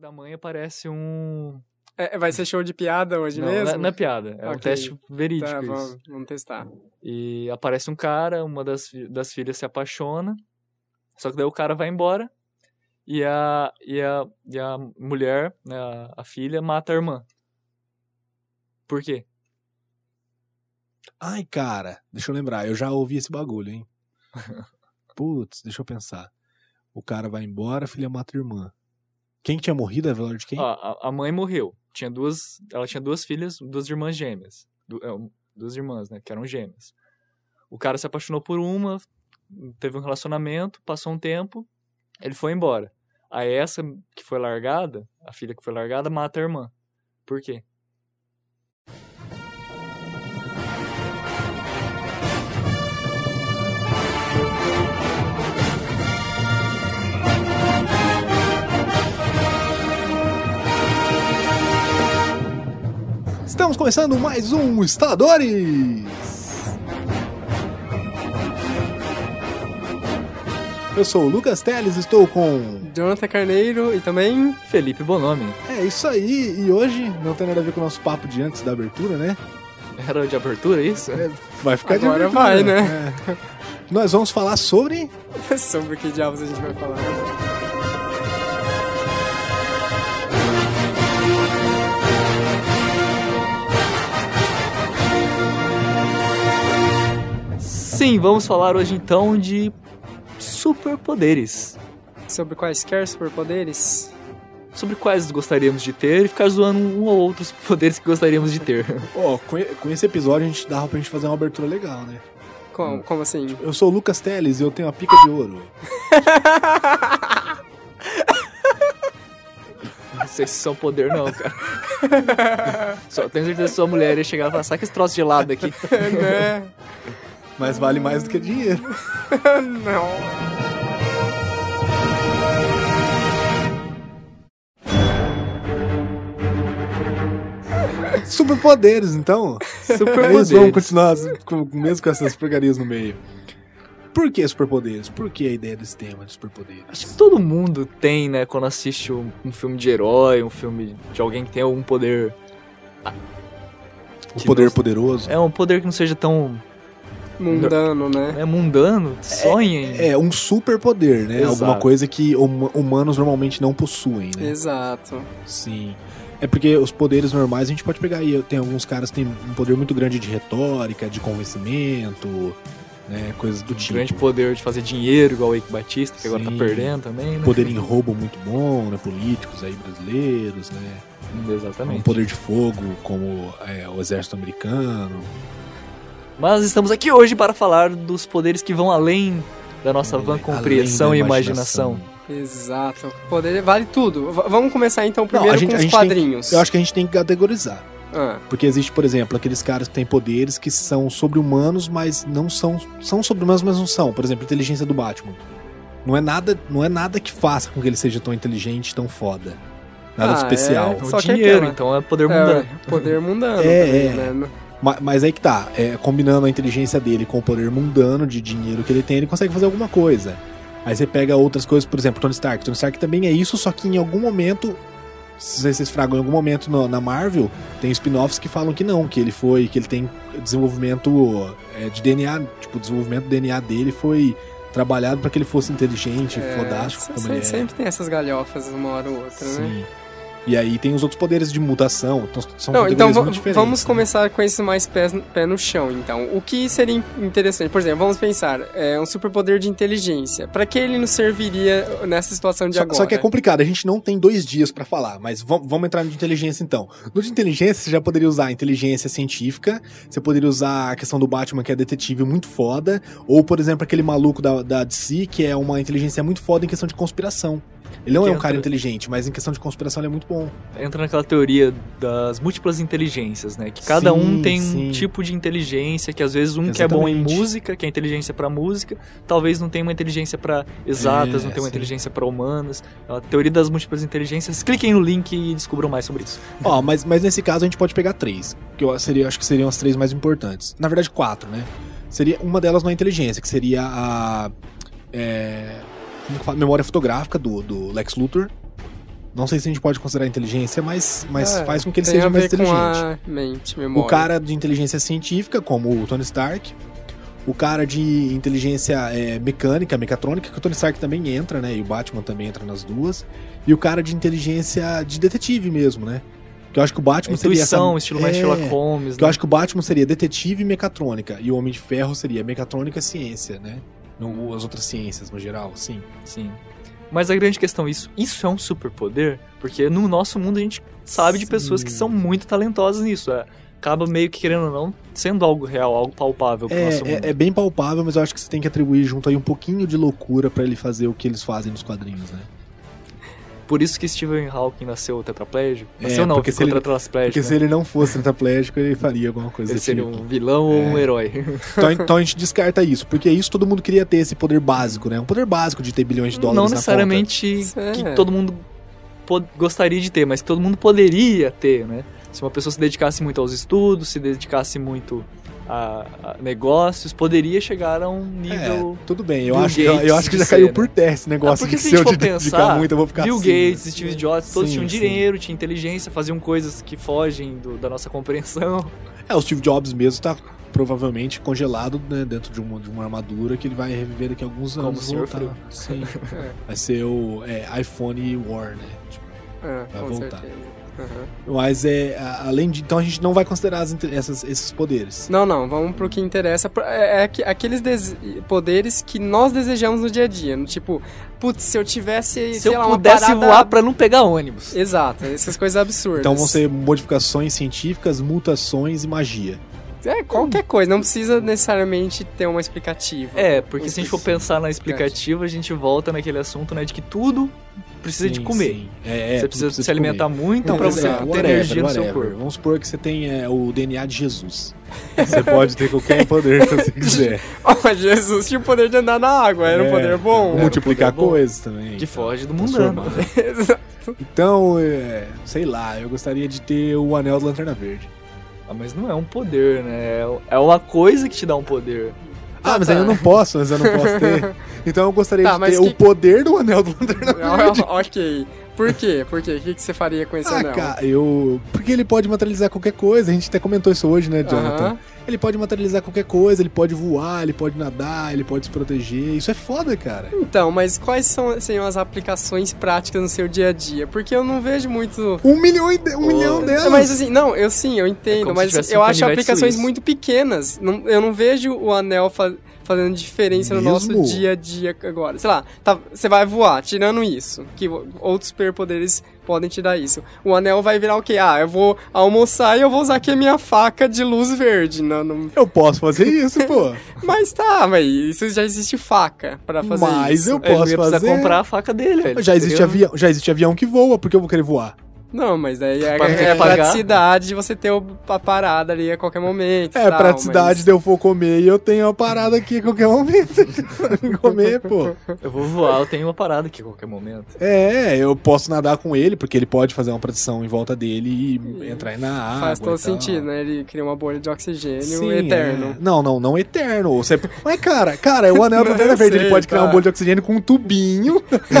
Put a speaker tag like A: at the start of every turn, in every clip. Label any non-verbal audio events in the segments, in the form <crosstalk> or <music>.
A: da mãe aparece um.
B: É, vai ser show de piada hoje
A: Não,
B: mesmo?
A: não é- não é piada, é um
B: Ok.
A: teste verídico.
B: Tá,
A: isso.
B: vamos, vamos testar.
A: E aparece um cara, uma das, fi- das filhas se apaixona. Só que daí o cara vai embora. E a, e a, e a mulher, né, a, a filha, mata a irmã. Por quê?
C: Ai, cara, deixa eu lembrar, eu já ouvi esse bagulho, hein? Putz, deixa eu pensar. O cara vai embora, a filha mata a irmã. Quem tinha morrido é velório de quem?
A: Ó, a, a mãe morreu. Tinha duas, ela tinha duas filhas, duas irmãs gêmeas. Du- é, um- duas irmãs, né? Que eram gêmeas. O cara se apaixonou por uma, teve um relacionamento, passou um tempo, ele foi embora. Aí essa que foi largada, a filha que foi largada, mata a irmã. Por quê?
C: Estamos começando mais um Estadores! Eu sou o Lucas Teles, estou com.
B: Jonathan Carneiro e também. <laughs>
A: Felipe Bonomi.
C: É isso aí, e hoje não tem nada a ver com o nosso papo de antes da abertura, né?
A: Era de abertura é isso?
C: Vai ficar de
B: Agora
C: abertura,
B: vai, né?
C: É. Nós vamos falar sobre
B: Sobre o que diabos a gente vai falar.
A: Sim, vamos falar hoje então de superpoderes.
B: Sobre quaisquer superpoderes.
A: Sobre quais gostaríamos de ter e ficar zoando um ou outro os poderes que gostaríamos de ter.
C: Ó, com, e- com esse episódio a gente dava pra gente fazer uma abertura legal, né?
B: Como, como assim?
C: Eu sou o Lucas Teles e eu tenho a pica de ouro.
A: Não sei se isso é um poder, não, cara. Só tenho certeza que sua mulher ia chegar e falar: saca esse troço de lado aqui.
C: <laughs>
B: né?
C: Mas vale mais do que dinheiro. <laughs>
B: Não.
C: Superpoderes, então. Eles vão
A: Superpoderes.
C: continuar com- mesmo com essas porcarias no meio. Por que superpoderes? Por que a ideia desse tema de
A: Acho que
C: superpoderes?
A: todo mundo tem, né, quando assiste um, um filme de herói, um filme de alguém que tem algum poder.
C: O
A: que
C: poder
A: nos-
C: poderoso.
A: É um poder que não seja tão
B: Mundano, né?
A: né, mundano, sonha em.
C: É um superpoder, né?
A: Exato.
C: Alguma coisa que hum- humanos normalmente não possuem, né?
B: Exato.
C: Sim. É porque os poderes normais a gente pode pegar aí. Tem alguns caras que têm um poder muito grande de retórica, de convencimento, né? Coisas do tipo.
A: grande poder de fazer dinheiro, igual o Eike Batista, que agora tá
C: Sim.
A: perdendo também, né?
C: Um Poder em roubo muito bom, né? Políticos aí brasileiros, né?
A: Exatamente.
C: Um poder de fogo, como é, o exército americano.
A: Mas estamos aqui hoje para falar dos poderes que vão além da nossa
C: Né, Além
A: vã
C: da
A: compreensão e imaginação.
B: Exato. Poder vale tudo. V- vamos começar então primeiro
C: a gente-
B: com
C: a
B: os
C: gente tem-
B: quadrinhos.
C: Eu acho que a gente tem que categorizar.
B: Ah,
C: Porque existe, por exemplo, aqueles caras que têm poderes que são sobre-humanos, mas não são. São sobre-humanos, mas não são. Por exemplo, a inteligência do Batman. Não é nada, não é nada que faça com que ele seja tão inteligente, tão foda. Nada
B: Ah,
C: especial.
A: É
B: Só
A: o
B: que é
A: dinheiro,
B: aquela.
A: então é poder mundano.
B: é, poder mundano.
C: <laughs> É,
B: também, né?
C: Ma- Mas, aí que tá, é, combinando a inteligência dele com o poder mundano de dinheiro que ele tem, ele consegue fazer alguma coisa. Aí você pega outras coisas, por exemplo, Tony Stark. Tony Stark também é isso, só que em algum momento, se vocês fragam em algum momento no- na Marvel, tem spin-offs que falam que não, que ele foi, que ele tem desenvolvimento é, de DNA, tipo, o desenvolvimento do DNA dele foi trabalhado para que ele fosse inteligente,
B: É,
C: fodástico,
B: se-
C: como
B: se-
C: ele é.
B: Sempre né? tem essas galhofas uma hora ou outra, né?
C: Sim. E aí tem os outros poderes de mutação, então são
B: Não, então
C: categorias
B: va-
C: muito diferentes.
B: vamos
C: né?
B: começar com esses mais pés- pé no chão, então. O que seria in- interessante, por exemplo, vamos pensar, é um superpoder de inteligência. Pra que ele nos serviria nessa situação de
C: Só,
B: agora?
C: só que é complicado, a gente não tem dois dias pra falar, mas vam- vamos entrar no de inteligência então. No de inteligência, você já poderia usar a inteligência científica, você poderia usar a questão do Batman, que é detetive muito foda, ou, por exemplo, aquele maluco da, da DC, que é uma inteligência muito foda em questão de conspiração. Ele não
A: Que
C: é um cara
A: entra-
C: inteligente, mas em questão de conspiração ele é muito bom.
A: Entra naquela teoria das múltiplas inteligências, né? Que cada um
C: Sim,
A: tem
C: sim.
A: um tipo de inteligência, que às vezes um que é bom em
C: Exatamente.
A: música, que é inteligência pra música, talvez não tenha uma inteligência pra exatas,
C: É,
A: não tenha uma
C: sim.
A: inteligência pra humanas. É a teoria das múltiplas inteligências. Cliquem no link e descubram mais sobre isso.
C: Ó, mas, mas nesse caso a gente pode pegar três, que eu seria, acho que seriam as três mais importantes. Na verdade, quatro, né? Seria uma delas não é inteligência, que seria a. é, como que fala? Memória fotográfica do, do Lex Luthor. Não sei se a gente pode considerar inteligência, mas, mas
B: É,
C: faz com que ele
B: Tem
C: seja
B: a
C: mais
B: ver com
C: inteligente.
B: a mente, memória.
C: O cara de inteligência científica, como o Tony Stark. O cara de inteligência é, mecânica, mecatrônica, que o Tony Stark também entra, né? E o Batman também entra nas duas. E o cara de inteligência de detetive mesmo, né? Que eu acho que o Batman seria. essa-
A: Intuição, estilo mais
C: Tipo, É,
A: Sherlock Holmes.
C: Que eu
A: né?
C: acho que o Batman seria detetive e mecatrônica. E o Homem de Ferro seria mecatrônica e ciência, né? Não, as outras ciências no geral, assim.
A: Sim. Mas a grande questão, isso, isso é um superpoder? Porque no nosso mundo a gente sabe de pessoas que
C: Sim.
A: são muito talentosas nisso. é. Acaba meio que querendo ou não sendo algo real, algo palpável pro nosso
C: É,
A: mundo.
C: é, é bem palpável, mas eu acho que você tem que atribuir junto aí um pouquinho de loucura pra ele fazer o que eles fazem nos quadrinhos, né?
A: Por isso que Stephen Hawking nasceu tetraplégico.
C: É,
A: Nasceu não,
C: porque se
A: ficou
C: ele-
A: tetraplégico.
C: Porque
A: Né?
C: se ele não fosse tetraplégico, ele faria alguma coisa
A: Ele
C: desse
A: seria
C: tipo.
A: um vilão ou um
C: É.
A: herói.
C: então, a- então a gente descarta isso, porque isso todo mundo queria ter esse poder básico, né? Um poder básico de ter bilhões de dólares
A: Não
C: na
A: necessariamente
B: Isso é.
A: que todo mundo po- gostaria de ter, mas que todo mundo poderia ter, né? Se uma pessoa se dedicasse muito aos estudos, se dedicasse muito a, a negócios, poderia chegar a um
C: É,
A: nível.
C: conta. Tudo bem, eu
A: Bill
C: acho, que, já- eu
A: Gates
C: acho que
A: de
C: já
A: ser,
C: caiu
A: né?
C: por terra esse
A: Ah,
C: negócio.
A: porque
C: de
A: se a
C: se eu
A: gente for
C: dedicar
A: pensar,
C: muito, eu vou ficar
A: Bill
C: assim, né?
A: Gates, Steve Jobs, todos
C: Sim,
A: tinham
C: sim.
A: dinheiro, tinham inteligência, faziam coisas que fogem do- da nossa
B: <laughs>
A: compreensão.
C: É, o Steve Jobs mesmo tá provavelmente congelado né, dentro de uma, de uma armadura que ele vai reviver daqui a alguns
A: Como
C: anos.
A: o Sr.
C: voltar.
A: Frio.
C: Sim.
B: É,
C: Vai ser o é, iPhone War, né? Tipo,
B: Ah,
C: Vai
B: com
C: voltar.
B: certeza. Aham.
C: Mas é, a- além de. Então a gente não vai considerar as inte- essas- esses poderes.
B: Não, não, vamos pro que interessa. Pro- É, é aqu- aqueles dese- poderes que nós desejamos no dia a dia. no Tipo, putz, se eu tivesse,
A: Se
B: sei
A: eu
B: lá, uma
A: pudesse
B: parada...
A: voar pra não pegar ônibus.
B: Exato, essas coisas absurdas.
C: Então vão ser modificações científicas, mutações e magia.
B: É, qualquer coisa, não precisa necessariamente ter uma explicativa.
A: É, porque se a gente for
B: Isso.
A: pensar na explicativa, a gente volta naquele assunto, né, de que tudo precisa de
C: Sim,
A: comer.
C: sim. É, é,
A: você
C: tudo
A: precisa,
C: de
A: se alimentar
C: comer.
A: muito
C: Não,
A: pra
C: mas
A: você
C: é,
A: ter
C: whatever,
A: energia no seu
C: whatever.
A: corpo.
C: Vamos supor que você tem é, o DNA de Jesus. <laughs> Você pode ter qualquer poder que você quiser.
B: Ó, <laughs> Jesus tinha o poder de andar na água, era um
C: É,
B: poder bom.
A: <laughs> Era um
C: Multiplicar
A: poder bom.
C: coisas também.
A: Que foge do né,
C: Transformar.
A: mundano. <laughs>
C: É. Então, é, sei lá, eu gostaria de ter o anel da lanterna verde.
A: Ah, mas não é um poder, né? É uma coisa que te dá um poder.
C: Ah, mas
B: tá.
C: aí eu não posso, mas eu não
A: <laughs>
C: posso ter. Então eu gostaria
B: Tá,
C: de
B: mas
C: ter
B: que-
C: o poder do anel do lanterna verde.
B: <laughs> ok. Por quê? Por quê? O que, que você faria com esse
C: Ah,
B: anel?
C: cara, eu. Porque ele pode materializar qualquer coisa, a gente até comentou isso hoje, né, Jonathan?
B: Aham.
C: Ele pode materializar qualquer coisa, ele pode voar, ele pode nadar, ele pode se proteger. Isso é foda, cara.
B: Então, mas quais são seriam as aplicações práticas no seu dia a dia? Porque eu não vejo muito.
C: Um milhão, e de- um milhão delas.
B: Mas assim, não, eu sim, eu entendo,
A: É como se
B: mas
A: tivesse
B: eu
A: um
B: acho
A: canivete
B: aplicações
A: suíço.
B: muito pequenas. Não- eu não vejo o anel fa- fazendo diferença no nosso
C: Mesmo?
B: dia a dia agora. Sei lá, tá- você vai voar, tirando isso, que o- outros superpoderes podem te dar isso. O anel vai virar o quê? Ah, eu vou almoçar e eu vou usar aqui a minha faca de luz verde. Não, não-
C: Eu posso fazer isso,
B: <laughs>
C: pô.
B: Mas tá, mas isso já existe faca pra fazer
C: Mas
B: isso.
C: eu
A: Ele não
C: posso
A: ia precisar
C: fazer.
A: comprar a faca dele, velho.
C: Já existe,
A: Seria-
C: avião, já existe avião que voa, porque eu vou querer voar.
B: Não, mas daí é,
A: Pra não ter
B: é,
A: que pagar.
B: praticidade de você ter o- a parada ali a qualquer momento.
C: É,
B: e tal,
C: praticidade
B: mas-
C: de eu for comer e eu tenho uma parada aqui a qualquer momento. <laughs> comer, pô.
A: Eu vou voar, eu tenho uma parada aqui a qualquer momento.
C: É, eu posso nadar com ele, porque ele pode fazer uma proteção em volta dele e entrar na água.
B: Faz
C: e
B: todo
C: tal.
B: sentido, né? Ele cria uma bolha de oxigênio
C: Ah, Sim,
B: um eterno.
C: é. Não, não, não eterno. Você... Mas, cara, cara,
B: <laughs>
C: é o anel da
B: Não,
C: Lanterna
B: eu
C: Verde, ele
B: sei,
C: pode criar
B: tá.
C: um bolho de oxigênio com
B: <laughs>
C: um tubinho <laughs>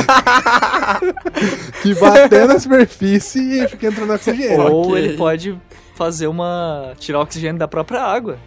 C: que bater na superfície e fica entrando oxigênio.
A: Ou
B: Ok.
A: ele pode fazer uma. tirar o oxigênio da própria água.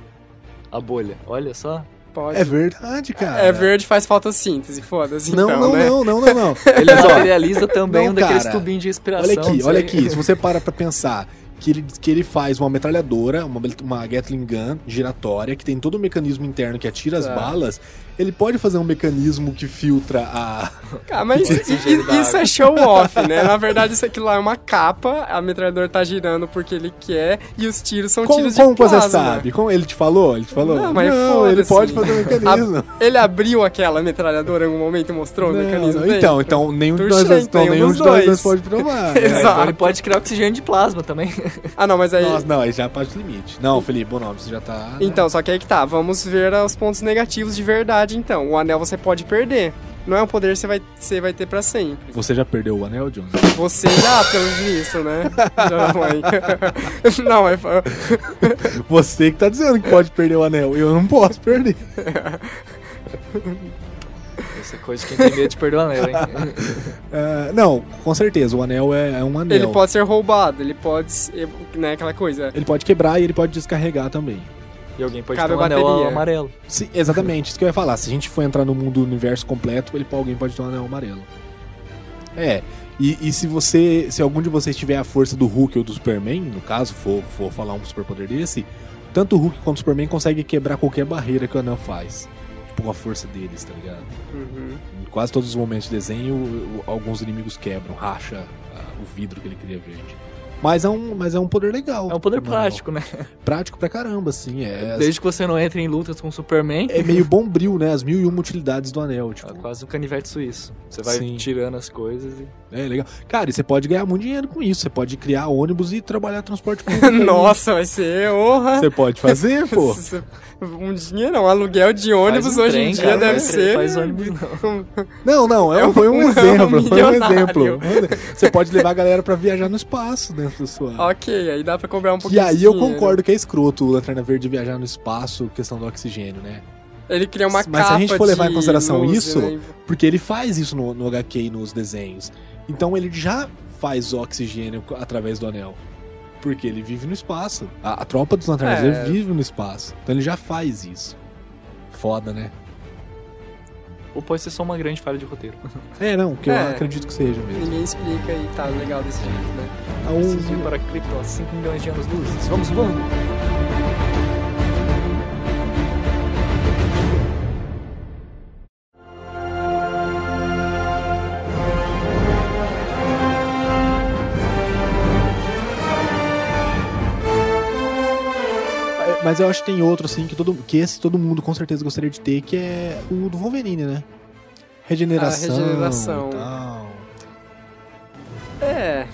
A: A bolha, olha só.
B: Pode.
C: É verdade, cara.
B: É verde faz fotossíntese, foda-se.
C: Não,
B: então,
C: não,
B: né?
C: não, não, não, não.
B: <laughs>
A: Ele
C: Mas, ó,
A: materializa também
C: não,
A: um daqueles
C: cara.
A: tubinhos de respiração.
C: Olha aqui,
A: não
C: olha
A: sei.
C: aqui. Se você para pra pensar que ele, que ele faz uma metralhadora, uma, uma Gatling Gun giratória, que tem todo o mecanismo interno que atira as
B: Tá.
C: balas, ele pode fazer um mecanismo que filtra a.
B: Cara, Ah, mas
A: Pode
B: i-
A: ser cheiro
B: i- isso
A: d'água.
B: é show-off, né? Na verdade, isso aqui lá é uma capa, a metralhadora tá girando porque ele quer e os tiros são
C: Como,
B: tiros
C: como
B: de plasma.
C: você sabe? Como ele te falou? Ele te falou?
B: Não, mas
C: ele
B: foda-se.
C: pode fazer um mecanismo.
B: Ele abriu aquela metralhadora em algum momento e mostrou o
C: Não,
B: mecanismo
C: não,
B: dentro?
C: então, então nenhum de nós,
B: Tuxem,
C: então,
B: tem um
C: nenhum
B: dos
C: de nós
B: dois.
C: pode provar. né?
A: É,
B: Exato.
A: <laughs> então ele pode criar oxigênio de plasma também.
B: Ah, não, mas aí...
C: Nossa, não, aí já parte do limite. Não, Felipe, bom nome, você já tá.
B: Então, só que aí que tá, vamos ver os pontos negativos de verdade, então. O anel você pode perder. Não é um poder que você vai, você vai ter pra sempre.
C: Você já perdeu o anel, John?
B: Você já, pelo visto,
C: <laughs>
B: né? Já mãe. <laughs> Não, é. fa-
C: Você que tá dizendo que pode perder o anel. Eu não posso perder.
A: Essa coisa de quem tem medo de perder o anel, hein?
C: Ah, não, com certeza, o anel é, é um anel.
B: Ele pode ser roubado, ele pode. ser- Né, aquela coisa.
C: Ele pode quebrar e ele pode descarregar também.
A: <laughs> E alguém pode
B: Cabe
A: ter um
B: a
A: anel
B: bateria.
A: amarelo.
C: Se- exatamente, isso que eu ia falar. Se a gente for entrar no mundo do universo completo, ele, alguém pode ter um anel amarelo. É. E, e se você. Se algum de vocês tiver a força do Hulk ou do Superman, no caso, for, for falar um superpoder desse, tanto o Hulk quanto o Superman conseguem quebrar qualquer barreira que o anel faz. Tipo, com a força deles, tá ligado?
B: Uhum. <laughs>
C: Em quase todos os momentos de desenho, o- o- alguns inimigos quebram, racha ah, o vidro que ele cria verde. Mas é um, mas é um poder legal.
A: É um poder
C: Mano,
A: plástico, né?
C: Prático pra caramba, assim. É,
A: Desde que você não entre em lutas com o Superman,
C: é meio bombril, né? As mil e uma utilidades do anel, tipo.
A: é quase um canivete suíço. Você vai
C: Sim.
A: tirando as coisas e...
C: É legal. Cara, e você pode ganhar muito dinheiro com isso. Você pode criar ônibus e trabalhar transporte público.
B: <laughs> Nossa, vai ser honra.
C: Você pode fazer,
B: <laughs>
C: pô.
B: Um dinheiro, um aluguel de ônibus
A: Faz um
B: hoje
A: trem,
B: em dia
A: cara,
B: deve
C: né?
A: mas
B: ser.
A: Faz ônibus, não.
C: Não, não, é,
B: É um-
C: foi um,
B: é um
C: exemplo. foi um
B: milionário.
C: exemplo. Você pode levar a galera pra viajar no espaço dentro da sua.
B: Ok, aí dá pra cobrar um
C: um- E
B: pouquinho.
C: aí
B: de
C: eu
B: Ah, dinheiro.
C: concordo que é escroto o Lanterna Verde viajar no espaço, questão do oxigênio, né?
B: Ele cria uma
C: Mas se a
B: capa
C: gente for levar em
B: de
C: consideração
B: luz,
C: isso,
B: né?
C: Porque ele faz isso no, no HQ e nos desenhos. Então ele já faz oxigênio co- através do anel. Porque ele vive no espaço. A, a tropa dos Lanternas
B: É.
C: Verdes vive no espaço. Então ele já faz isso. Foda, né?
A: Ou pode ser é só uma grande falha de roteiro.
C: É, não, que eu
B: É.
C: acredito que seja mesmo.
B: Ninguém explica e tá legal desse jeito, né?
C: Ah,
A: Preciso ir
C: um-
A: para Krypton a 5 milhões de anos luzes. Vamos voando!
C: é, Mas eu acho que tem outro, assim, que, todo, que esse todo mundo com certeza gostaria de ter, que é o do Wolverine, né? Regeneração.
B: A Ah, regeneração.
C: e tal.
B: É.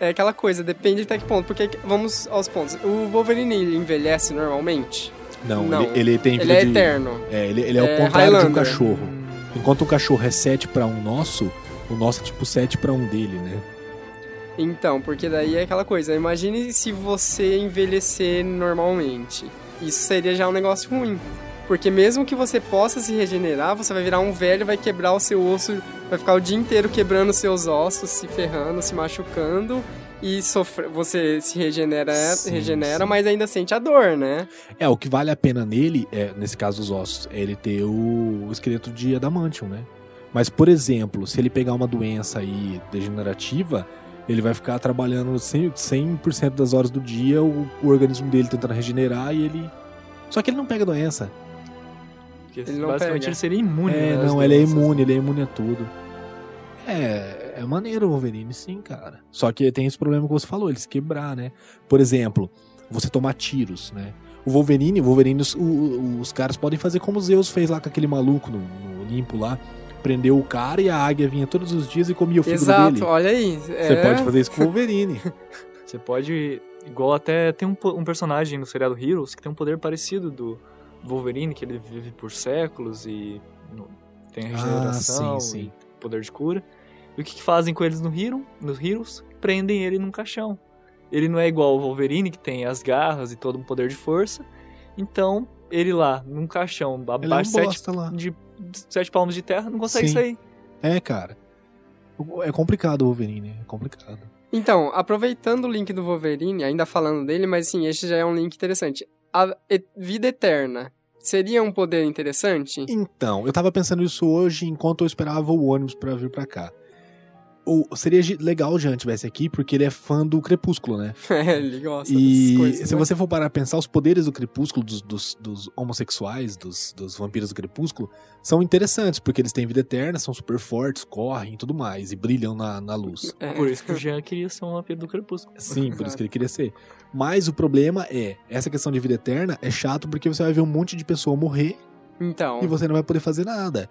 B: É aquela coisa, depende até que ponto. Porque vamos aos pontos. O Wolverine ele envelhece normalmente?
C: Não,
B: Não.
C: Ele, ele tem
B: Ele
C: vida
B: é
C: de-
B: eterno.
C: É, ele, ele é, o
B: É,
C: contrário de um
B: Highlander.
C: cachorro.
A: Hum.
C: Enquanto o cachorro é 7 pra 1 nosso, o nosso é tipo 7 pra 1 dele, né?
B: Então, porque daí é aquela coisa. Imagine se você envelhecer normalmente. Isso seria já um negócio ruim. Porque mesmo que você possa se regenerar, você vai virar um velho, vai quebrar o seu osso, vai ficar o dia inteiro quebrando os seus ossos, se ferrando, se machucando. E sofre, você se regenera,
C: Sim,
B: regenera
C: sim.
B: mas ainda sente a dor, né?
C: É, o que vale a pena nele, é, nesse caso dos ossos, é ele ter o, o esqueleto de adamantium, né? Mas, por exemplo, se ele pegar uma doença aí degenerativa, ele vai ficar trabalhando 100%, 100 das horas do dia, o, o organismo dele tentando regenerar e ele... Só que ele não pega doença.
A: Porque
B: Ele não
A: basicamente
B: pega.
A: ele seria imune,
C: é,
A: né, às
C: não, ele é
A: doenças.
C: imune, ele é imune a tudo. É, é maneiro o Wolverine, sim, cara. Só que tem esse problema que você falou, ele se quebrar, né? Por exemplo, você tomar tiros, né? O Wolverine, o Wolverine os, o- o- os caras podem fazer como o Zeus fez lá com aquele maluco no, no Olimpo lá. Prendeu o cara e a águia vinha todos os dias e comia o fígado
B: Exato,
C: dele.
B: olha aí.
C: Você
B: é-
C: pode fazer isso com o Wolverine. <laughs>
A: Você pode. Igual até tem um, po- um personagem no seriado Heroes que tem um poder parecido do Wolverine, que ele vive por séculos e no- tem regeneração
C: Ah, sim, sim.
A: e poder de cura. E o que, que fazem com eles no Hero, nos Heroes? Prendem ele num caixão. Ele não é igual o Wolverine, que tem as garras e todo um poder de força. Então, ele lá, num caixão,
C: Ele é um
A: abaixo de sete,
C: bosta lá.
A: de sete palmos de terra, não consegue
C: Sim.
A: sair.
C: É, cara. O- É complicado o Wolverine, é complicado.
B: Então, aproveitando o link do Wolverine, ainda falando dele, mas sim, este já é um link interessante. A e- vida eterna seria um poder interessante? <laughs>
C: Então, eu tava pensando isso hoje enquanto eu esperava o ônibus pra vir pra cá. Ou seria ge- legal o Jean tivesse aqui, porque ele é fã do Crepúsculo, né?
B: É, Ele gosta
C: e
B: dessas coisas.
C: se
B: né?
C: você for parar a pensar, os poderes do Crepúsculo, dos, dos- dos homossexuais, dos, dos vampiros do Crepúsculo, são interessantes, porque eles têm vida eterna, são super fortes, correm e tudo mais, e brilham na, na luz.
B: É.
A: Por isso que o Jean queria ser um vampiro do Crepúsculo.
C: Sim, por isso que ele queria ser. Mas o problema é, essa questão de vida eterna é chato porque você vai ver um monte de pessoa morrer
B: Então,
C: e você não vai poder fazer nada.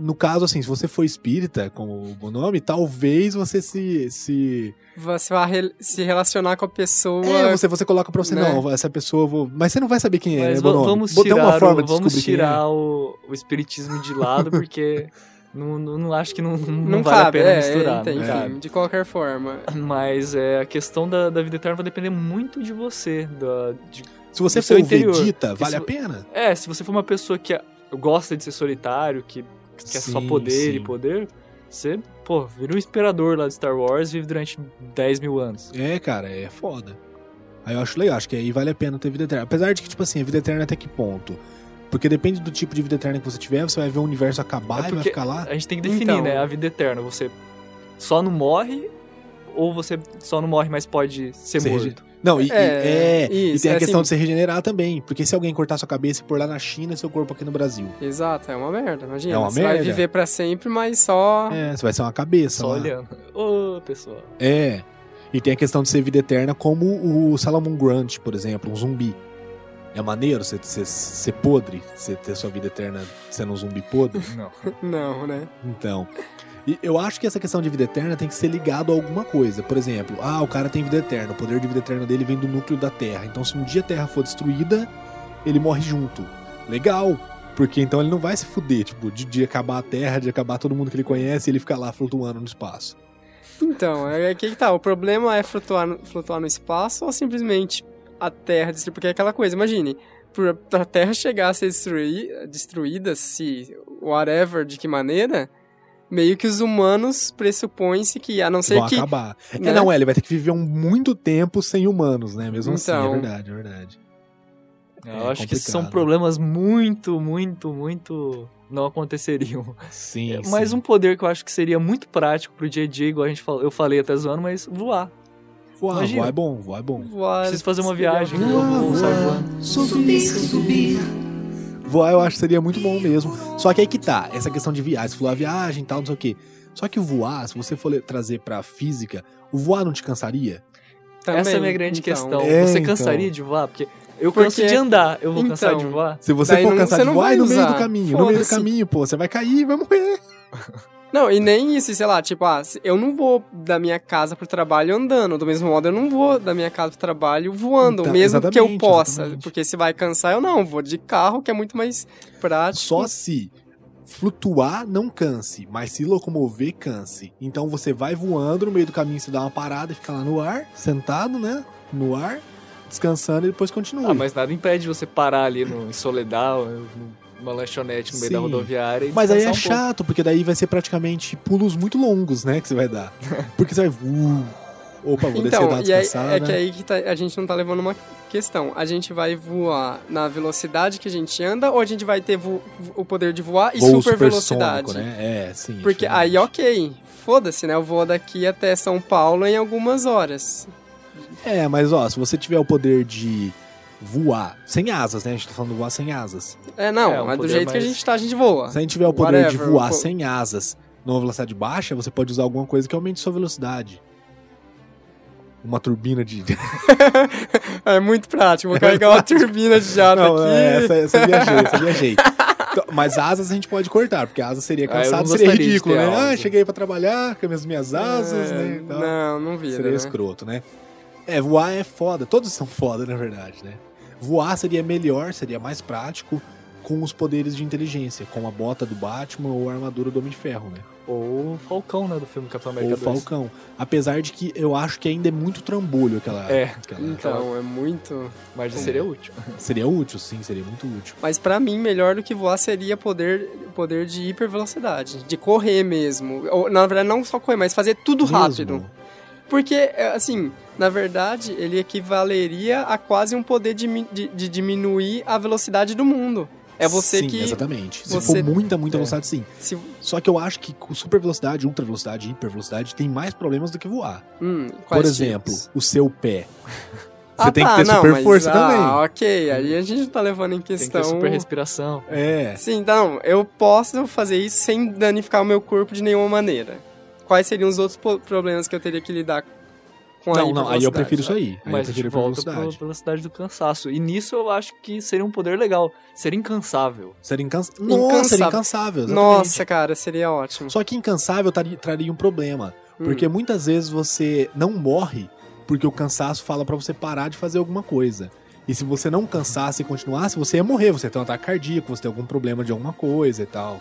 C: No caso, assim, se você for espírita, como o bom nome, talvez você se. se...
B: você vai re- se relacionar com a pessoa.
C: É, você, você coloca pra você,
B: né?
C: não, essa pessoa eu vou. Mas você não vai saber quem é,
A: Mas
C: né,
A: va-
C: Bonomi?
A: vamos
C: Tem
A: tirar,
C: uma forma
A: o,
C: de
A: vamos
C: descobrir quem é.
A: tirar o, o espiritismo de
C: <laughs>
A: lado, porque não, não, não acho que não, não,
B: Não,
A: vale
B: cabe,
A: a pena
B: é,
A: misturar.
B: ente-
A: não
B: enfim,
C: né?
A: cabe.
B: de qualquer forma.
A: Mas é, a questão da, da vida eterna vai depender muito de você. da- de-
C: Se você
A: do seu
C: for um
A: interior,
C: vedita,
A: que
C: vale
A: se-
C: a pena?
A: é, se você for uma pessoa que ah, gosta de ser solitário, que que é só
C: Sim,
A: poder e
C: sim.
A: poder, você, pô, vira um imperador lá de Star Wars e vive durante 10 mil anos.
C: É, cara, é foda. Aí eu acho legal, acho que aí vale a pena ter vida eterna. Apesar de que, tipo assim, a vida eterna até que ponto? Porque depende do tipo de vida eterna que você tiver, você vai ver o universo acabar
A: É
C: e vai
A: porque-
C: ficar lá.
A: A gente tem que definir,
B: Então.
A: né? A vida eterna. Você só não morre ou você só não morre, mas pode ser
C: Ser
A: morto.
C: rege- Não, e, e-
B: É,
C: é,
B: isso,
C: e tem
B: é
C: a questão
B: assim.
C: de se regenerar também. Porque se alguém cortar sua cabeça e pôr lá na China, seu corpo aqui no Brasil.
B: Exato, é uma merda, imagina.
C: É uma
B: você vai
C: merda.
B: viver pra sempre, mas só.
C: É, você vai ser uma cabeça.
A: Só
C: lá.
A: olhando. <laughs> Ô, pessoal.
C: É. E tem a questão de ser vida eterna, como o Salomon Grant, por exemplo, um zumbi. É maneiro você você- ser podre, você ter sua vida eterna sendo um zumbi podre.
A: Não.
B: Não, né?
C: Então. E eu acho que essa questão de vida eterna tem que ser ligado a alguma coisa. Por exemplo, ah, o cara tem vida eterna, o poder de vida eterna dele vem do núcleo da Terra. Então, se um dia a Terra for destruída, ele morre junto. Legal! Porque então ele não vai se fuder, tipo, de, de acabar a Terra, de acabar todo mundo que ele conhece e ele ficar lá flutuando no espaço.
B: Então, é é que que tá. O problema é flutuar no, flutuar no espaço ou simplesmente a Terra destruir? Porque é aquela coisa, imagine, por- pra Terra chegar a ser destruí- destruída, se whatever, de que maneira, meio que os humanos pressupõem-se que, a não ser
C: Vão
B: que.
C: acabar.
B: né?
C: É, não, é, ele vai ter que viver um muito tempo sem humanos, né? Mesmo assim, é
B: Então.
C: verdade, é verdade.
A: Eu
C: É
A: acho que são
C: complicado.
A: problemas muito, muito, muito. Não <laughs> aconteceriam.
C: Sim.
A: Mas
C: sim.
A: um poder que eu acho que seria muito prático pro dia a dia, igual a gente falou, eu falei até zoando, mas voar.
C: Voar,
A: imagina.
C: voar é bom, voar é bom.
B: voar-
A: Preciso fazer uma viagem. Eu
C: Voar,
A: vou sair
C: voar.
A: voando.
C: Subir, subir. Voar eu acho que seria muito bom mesmo. Só que aí que tá, essa questão de viagem, você falou a viagem e tal, não sei o quê. Só que o voar, se você for le- trazer pra física, o voar não te cansaria?
B: Também,
A: Essa é a minha grande
B: então.
A: questão.
C: É,
A: Você
C: então.
A: cansaria de voar? Porque eu
B: Porque-
A: canso de andar, eu vou cansar de
B: Então.
A: voar.
C: Se você
B: Daí
C: for
B: não-
C: cansar
B: você
C: de
B: não
C: voar, é
B: vai
C: no meio do
B: usar.
C: caminho, no meio do
B: Foda-se.
C: caminho, pô, você vai cair e vai morrer.
B: Não, e nem isso, sei lá, tipo, ah, se- eu não vou da minha casa pro trabalho andando. Do mesmo modo, eu não vou da minha casa pro trabalho voando,
C: Então,
B: mesmo que eu
C: exatamente,
B: possa.
C: exatamente.
B: Porque se vai cansar, eu não. Vou de carro, que é muito mais prático.
C: Só assim, se flutuar não canse, mas se locomover canse. Então você vai voando, no meio do caminho você dá uma parada e fica lá no ar, sentado, né? No ar, descansando e depois continua.
A: Ah, mas nada impede de você parar ali no, em Soledad, ou numa lanchonete no meio da
C: Sim.
A: rodoviária. E
C: Mas aí é
A: descansar um pouco.
C: chato, porque daí vai ser praticamente pulos muito longos, né? Que você vai dar. Porque você vai. Uh, opa, vou descer e dar
B: Então,
C: uma
B: e aí,
C: descansada. né?
B: é que aí que tá- a gente não tá levando uma questão. A gente vai voar na velocidade que a gente anda ou a gente vai ter vo- o poder de voar e
C: Voo
B: é super velocidade?
C: supersônico, né? É, sim.
B: Porque
C: diferente.
B: aí, ok, foda-se, né? Eu vou daqui até São Paulo em algumas horas.
C: É, mas ó, se você tiver o poder de voar sem asas, né? A gente tá falando voar sem asas.
B: É, não,
A: É, um
B: mas do
A: poder
B: jeito que a
A: mais-
B: gente tá, a gente voa.
C: Se a gente tiver o poder de
B: Whatever,
C: voar
B: pô.
C: sem asas numa velocidade baixa, você pode usar alguma coisa que aumente sua velocidade. Uma turbina de.
B: <laughs> É muito prático, vou carregar uma turbina de jato
C: É Não,
B: aqui.
C: é,
B: <laughs>
C: essa, essa eu viajei, essa eu viajei. Então, mas asas a gente pode cortar, porque asas seria
A: Ah, eu não
C: cansado,
A: gostaria
C: seria
A: de
C: ridículo,
A: ter
C: né?
A: asa.
C: Ah, cheguei pra trabalhar com as minhas asas,
B: É,
C: né? e tal.
B: Não, não vira,
C: seria
B: né?
C: escroto, né? É, voar é foda. Todos são foda, na verdade, né? Voar seria melhor, seria mais prático com os poderes de inteligência, com a bota do Batman ou a armadura do Homem de Ferro, né?
A: Ou o Falcão, né, do filme Capitão
C: Ou
A: América
C: o
A: 2.
C: Falcão. Apesar de que eu acho que ainda é muito trambolho aquela.
A: É.
C: aquela-
B: Então, é muito.
A: Mas seria útil.
C: Seria útil, sim, seria muito útil.
B: Mas pra mim, melhor do que voar seria poder, poder de hipervelocidade, de correr mesmo. Ou, na verdade, não só correr, mas fazer tudo
C: Mesmo.
B: rápido. Porque, é, assim, na verdade, ele equivaleria a quase um poder de, mi- de- de diminuir a velocidade do mundo. É você
C: Sim,
B: que.
C: Exatamente. Se
B: você-
C: for muita, muita
A: É.
C: velocidade, sim.
B: Se,
C: Só que eu acho que com super velocidade, ultra velocidade, hiper velocidade tem mais problemas do que voar.
B: hum,
C: Por
B: quais
C: exemplo,
B: tipos?
C: o seu pé. Você
B: Ah,
C: tem que
B: tá,
C: ter
B: não,
C: super
B: mas-
C: força
B: Ah,
C: também.
B: ok. Aí a gente não tá levando em
A: Tem que ter
B: questão.
A: super respiração.
C: É.
B: Sim, então, eu posso fazer isso sem danificar o meu corpo de nenhuma maneira. Quais seriam os outros po- problemas que eu teria que lidar com a
C: Não, não, aí eu
B: hipervelocidade?
C: prefiro isso aí. Aí eu
A: Mas a gente
C: prefiro a
A: volta pra
C: velocidade.
A: velocidade do cansaço. E nisso eu acho que seria um poder legal. Seria incansável.
C: Ser incansa...
B: Incansável.
C: Nossa, seria incansável. exatamente.
B: Nossa, cara, seria ótimo.
C: Só que incansável tari- traria um problema.
B: Hum.
C: Porque muitas vezes você não morre porque o cansaço fala pra você parar de fazer alguma coisa. E se você não cansasse e continuasse, você ia morrer. Você ia ter um ataque cardíaco, você ia ter algum problema de alguma coisa e tal.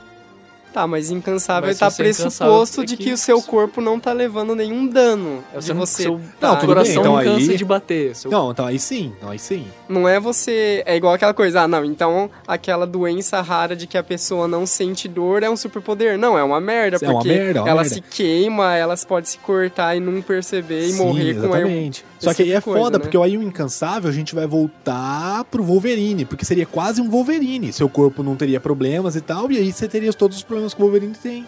B: Tá, mas incansável
A: Mas
B: tá
A: se você é incansável,
B: pressuposto
A: é
B: de
A: que
B: que o seu
A: isso-
B: corpo não tá levando nenhum dano.
A: É o
B: de
A: seu,
B: você. Tá,
A: seu
B: Não,
A: o
B: tudo
A: coração
C: bem, então
A: não cansa
C: aí-
A: de bater.
B: é
A: Seu...
C: Não, então aí sim, então aí sim.
B: Não é você. É igual aquela coisa, ah, não, então aquela doença rara de que a pessoa não sente dor é um superpoder. Não, é uma merda,
C: É uma
B: porque
C: merda, é uma
B: ela
C: merda.
B: se queima, ela pode se cortar e não perceber e
C: Sim,
B: morrer com ela.
C: exatamente. Só
B: esse
C: que aí
B: tipo
C: é
B: de coisa,
C: foda,
B: né?
C: porque aí o Incansável a gente vai voltar pro Wolverine, porque seria quase um Wolverine. Seu corpo não teria problemas e tal, e aí você teria todos os problemas que o Wolverine tem.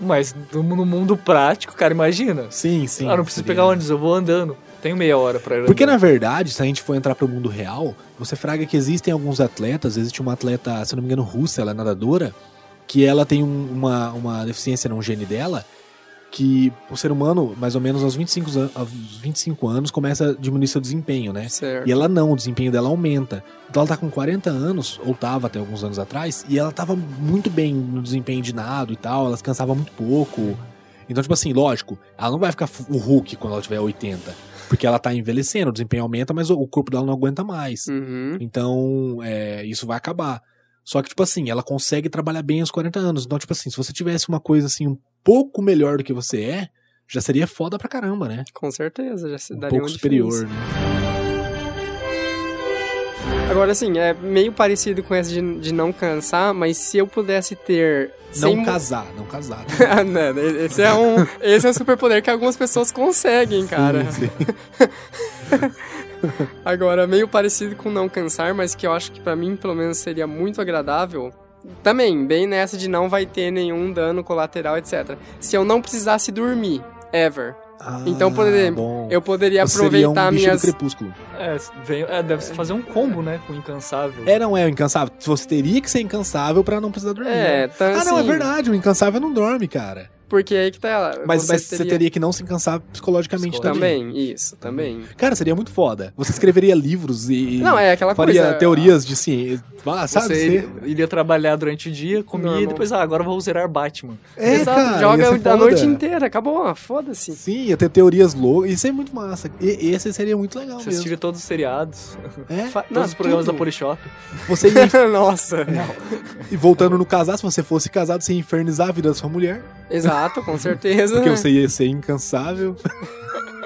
A: Mas no, no mundo prático, cara, imagina.
C: Sim, sim.
A: ah, não preciso
C: seria-
A: pegar ônibus, eu vou andando. Tenho meia hora pra ir
C: Porque
A: andando.
C: na verdade, se a gente for entrar pro mundo real, você fraga que existem alguns atletas, existe uma atleta, se eu não me engano, russa, ela é nadadora, que ela tem um- uma, uma deficiência num gene dela, que o ser humano, mais ou menos aos 25, an- aos 25 anos, começa a diminuir seu desempenho, né?
B: É Certo.
C: E ela não, o desempenho dela aumenta. Então ela tá com 40 anos, ou tava até alguns anos atrás, e ela tava muito bem no desempenho de nado e tal, ela se cansava muito pouco. Então, tipo assim, lógico, ela não vai ficar fu- o Hulk quando ela tiver 80, porque ela tá envelhecendo, o desempenho aumenta, mas o- o corpo dela não aguenta mais.
B: Uhum.
C: Então, é, isso vai acabar. Só que, tipo assim, ela consegue trabalhar bem aos 40 anos. Então, tipo assim, se você tivesse uma coisa assim um pouco melhor do que você é, já seria foda pra caramba, né?
B: Com certeza, já se
C: Um
B: daria
C: pouco
B: uma
C: superior,
B: diferença.
C: né?
B: Agora, assim, é meio parecido com essa de, de não cansar, mas se eu pudesse ter.
C: Não
B: sem-
C: casar, não casar. né?
B: <laughs> Ah, não, esse é um, esse é um superpoder que algumas pessoas conseguem, cara.
C: Sim, sim.
B: Agora, meio parecido com não cansar, mas que eu acho que pra mim, pelo menos, seria muito agradável. Também, bem nessa de não vai ter nenhum dano colateral, etc. Se eu não precisasse dormir, ever,
C: Ah,
B: <laughs> Então, por exemplo,
C: bom.
B: eu poderia
C: Você seria
B: aproveitar
C: um bicho
B: minhas.
C: do crepúsculo.
A: É, vem- é, deve se fazer um combo, né? Com o incansável.
C: É, não é o incansável. Você teria que ser incansável pra não precisar dormir.
B: É,
C: né?
B: então,
C: Ah, não, é
B: assim,
C: verdade. O incansável não dorme, cara.
B: Porque aí que tá ela.
C: Mas mas você, teria... que não se cansar psicologicamente
A: Psicológico.
C: também.
B: Também,
C: Tá
B: isso, também.
C: Cara, seria muito foda. Você escreveria livros e
B: Não, é aquela
C: faria
B: coisa.
C: teorias de ciência. Ah, sabe?
A: Você
C: Você...
A: iria trabalhar durante o dia, comia e
B: Normal.
A: depois, ah, agora eu vou zerar Batman.
C: É,
B: Exato,
C: cara, ia ser
B: joga a
C: foda.
B: noite inteira, assim. acabou, ah, foda-se.
C: Sim, ia ter teorias loucas. Isso é muito massa. E, esse seria muito legal
A: Você
C: mesmo.
A: assistiria todos os seriados,
C: É,
B: Fa-
A: todos os programas
B: tudo.
A: da Polishop.
C: você
B: <laughs>
C: ia...
B: Nossa.
C: E voltando no casar, se você fosse casado, você ia infernizar a vida da sua mulher.
B: Exato, com certeza. né?
C: Porque você ia ser incansável.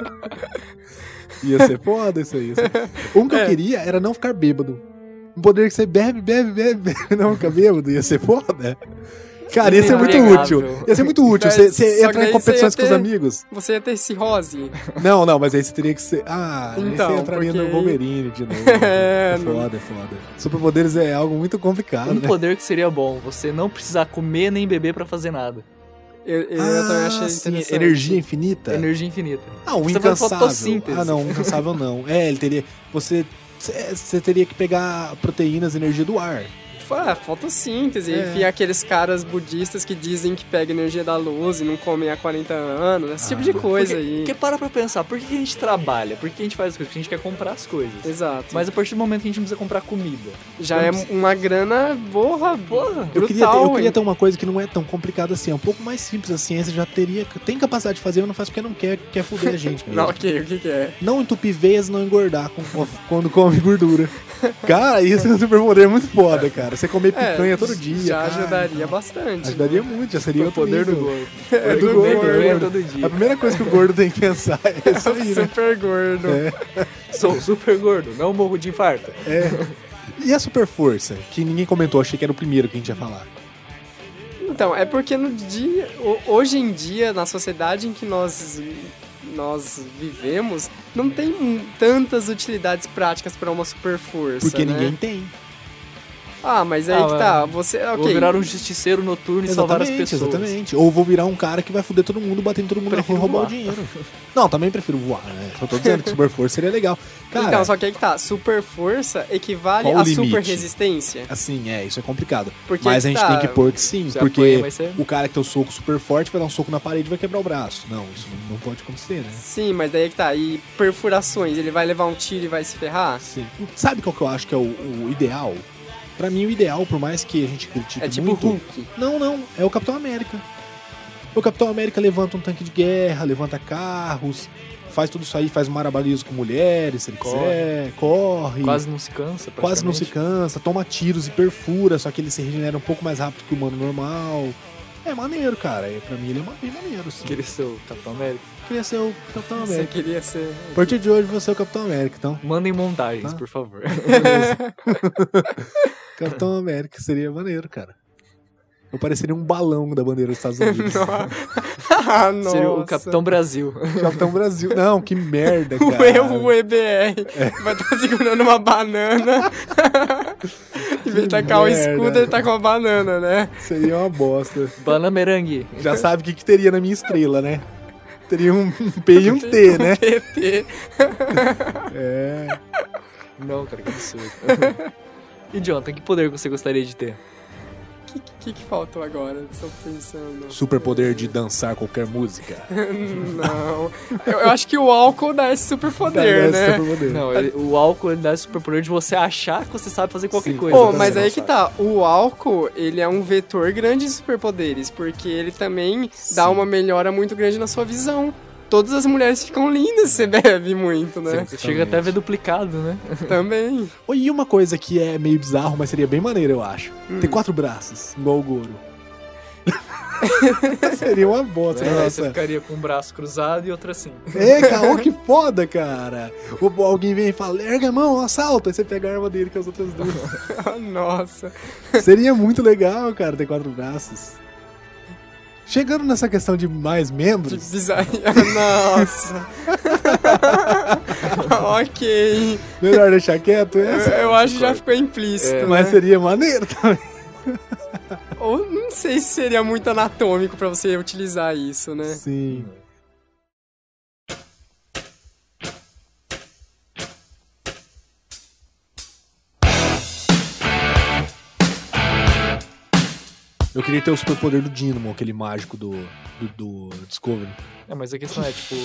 C: <laughs> ia ser foda isso aí. isso aí. Um que
B: É.
C: eu queria era não ficar bêbado. Um poder que você bebe, bebe, bebe, bebe, não fica bêbado. Ia ser foda. né? Cara, ia ser muito
A: Inegável.
C: útil. Ia ser muito útil. Você, você
B: Só que
C: entrar
B: aí
C: em
B: você
C: competições
B: ia
C: com os
B: ter-
C: amigos.
B: Você ia ter
C: <laughs>
B: cirrose.
C: Não, não, mas aí você teria que ser. Ah, então,
B: Então,
C: você entraria no
B: porque-
C: Wolverine de novo.
B: <laughs> É,
C: é
B: não-
C: foda, é foda. Superpoderes é algo muito complicado,
A: Um
C: né?
A: poder que seria bom, você não precisar comer nem beber pra fazer nada.
B: Eu, eu também
C: Ah,
B: achei
C: sim,
B: interessante.
C: energia infinita.
A: Energia infinita.
C: Ah, o
A: Você vai falar
C: incansável.
A: fotossíntese.
C: Ah, não, o incansável não. É, ele teria. Você. Você teria que pegar proteínas e energia do ar.
B: Ah, fotossíntese.
C: É.
B: Enfim, aqueles caras budistas que dizem que pega energia da luz e não comem há 40 anos. Esse tipo de
C: Ah.
B: coisa
A: porque,
B: aí.
A: porque para pra pensar, por que que a gente trabalha? Por que a gente faz as coisas? Porque a gente quer comprar as coisas.
B: Exato. Mas
A: Mas a partir do momento que a gente não precisa comprar comida.
B: já é uma grana borra,
A: Porra!
B: brutal,
C: Eu queria, ter, eu queria
B: hein?
C: ter uma coisa que não é tão complicada assim, é um pouco mais simples. A ciência já teria. Tem capacidade de fazer, mas não faz porque não quer, quer foder
B: <laughs>
C: a gente mesmo.
B: Não, ok, o que que é?
C: Não entupir veias não engordar com- quando come gordura. Cara, isso é um superpoder muito foda, cara. Você comer
B: <laughs> É,
C: picanha todo dia.
B: Já
C: cara, então.
B: ajudaria bastante. né?
C: Ajudaria muito, já seria
A: O
C: o
A: poder do
C: nível.
A: gordo.
B: É,
A: Poder
B: do
A: comer
B: gordo.
A: picanha todo
C: A
A: dia.
C: <laughs> primeira coisa que o gordo tem que pensar é
B: <laughs>
C: isso aí, né?
B: Super gordo.
A: Sou super gordo, não morro de infarto.
C: E a super força? Que ninguém comentou, achei que era o primeiro que a gente ia falar.
B: Então, é porque no dia, ho- hoje em dia, na sociedade em que nós, nós vivemos, não tem mu- tantas utilidades práticas pra uma super força.
C: Porque
B: né?
C: ninguém tem.
B: Ah, mas aí
A: Ah,
B: que
A: é.
B: tá. Você. Ok.
A: Vou virar um justiceiro noturno e salvar as pessoas.
C: exatamente. Ou vou virar um cara que vai foder todo mundo, bater em todo mundo
A: Prefiro
C: na rua e roubar
A: voar.
C: o dinheiro. Não, também prefiro voar, né? Só tô
A: <laughs>
C: dizendo que super força seria legal. Cara,
B: então, só que aí que tá. Super força equivale
C: Qual o
B: a super
C: limite?
B: resistência.
C: assim, é, isso é complicado.
B: Porque
C: Mas a
B: aí
C: gente
B: que tá,
C: tem que pôr que sim,
A: Você apanha,
C: porque
A: mas você-
C: o cara que tem o soco super forte vai dar um soco na parede e vai quebrar o braço. Não, isso não- não pode acontecer, né?
B: Sim, mas daí é que tá. E perfurações, ele vai levar um tiro e vai se ferrar?
C: Sim. Sabe qual que eu acho que é o, o ideal? Pra mim, o ideal, por mais que a gente critique
B: É tipo
C: muito,
B: Hulk.
C: Não, não. É o Capitão América. O Capitão América levanta um tanque de guerra, levanta carros, faz tudo isso aí, faz marabalismo com mulheres, se ele
A: Corre.
C: quiser, corre.
A: Quase não se cansa,
C: Quase não se
A: praticamente.
C: cansa, toma tiros e perfura, só que ele se regenera um pouco mais rápido que o humano normal. É maneiro, cara. É, pra mim ele é ma- bem maneiro, assim.
A: Queria ser o Capitão América.
C: Queria ser o Capitão
B: Você
C: América.
B: queria ser. <laughs>
C: <laughs> A partir de hoje você é o Capitão América, então.
A: Mandem montagens,
C: Ah.
A: por favor. <laughs>
C: Capitão América seria maneiro, cara. Eu pareceria um balão da bandeira
A: <laughs>
C: dos Estados Unidos.
B: ah, nossa.
A: Seria o Capitão Brasil. <laughs>
C: Capitão Brasil. Não, que merda,
B: O
C: cara.
B: erro, o EBR. Vai estar segurando uma banana. em vez de tacar o
C: merda.
B: escudo, ele tá com uma banana, né?
C: Seria uma bosta.
A: Banana Merengue.
C: Já sabe o que, que teria na minha estrela, né? Teria <laughs> um P e um T, né?
B: PT.
C: É.
A: Não, cara, que <laughs> absurdo. e Jonathan, que poder você gostaria de ter?
B: O que, que, que faltou agora? Só pensando.
C: Superpoder de dançar qualquer música.
B: Não. Eu, eu acho que o álcool dá esse super poder,
C: Daí é
B: né?
C: superpoder.
A: Não, ele- o álcool ele dá esse superpoder de você achar que você sabe fazer qualquer
C: Sim.
A: coisa. tá
B: Pô, mas
A: ligado?
B: aí que tá, o álcool, ele é um vetor grande de superpoderes, porque ele também dá
C: Sim.
B: uma melhora muito grande na sua visão. Todas as mulheres ficam lindas se <laughs> você bebe muito, né?
A: Você chega até a ver duplicado, né?
B: Também.
C: Oi, E uma coisa que é meio bizarro, mas seria bem maneiro, eu acho. Ter quatro braços, igual o <laughs> Goro. seria uma bosta.
A: Aí
C: nossa.
A: você ficaria com um braço cruzado e outro assim.
C: É, cara, ó, que foda, cara. O- alguém vem e fala, erga a mão, assalta. Aí você pega a arma dele com as outras duas.
B: Ah, Nossa.
C: Seria muito legal, cara, ter quatro braços. Chegando nessa questão de mais
B: Que <laughs>
C: membros,
B: bizarro.
C: <laughs>
B: Nossa. ok.
C: melhor deixar quieto
B: Eu,
C: essa. é,
B: eu acho que já ficou implícito. É, né?
C: Mas seria maneiro também.
B: Ou não sei se seria muito anatômico pra você utilizar isso, né?
C: Sim. Eu queria ter o superpoder do Dynamo, aquele mágico do, do, do Discovery.
A: É, mas a questão é, tipo,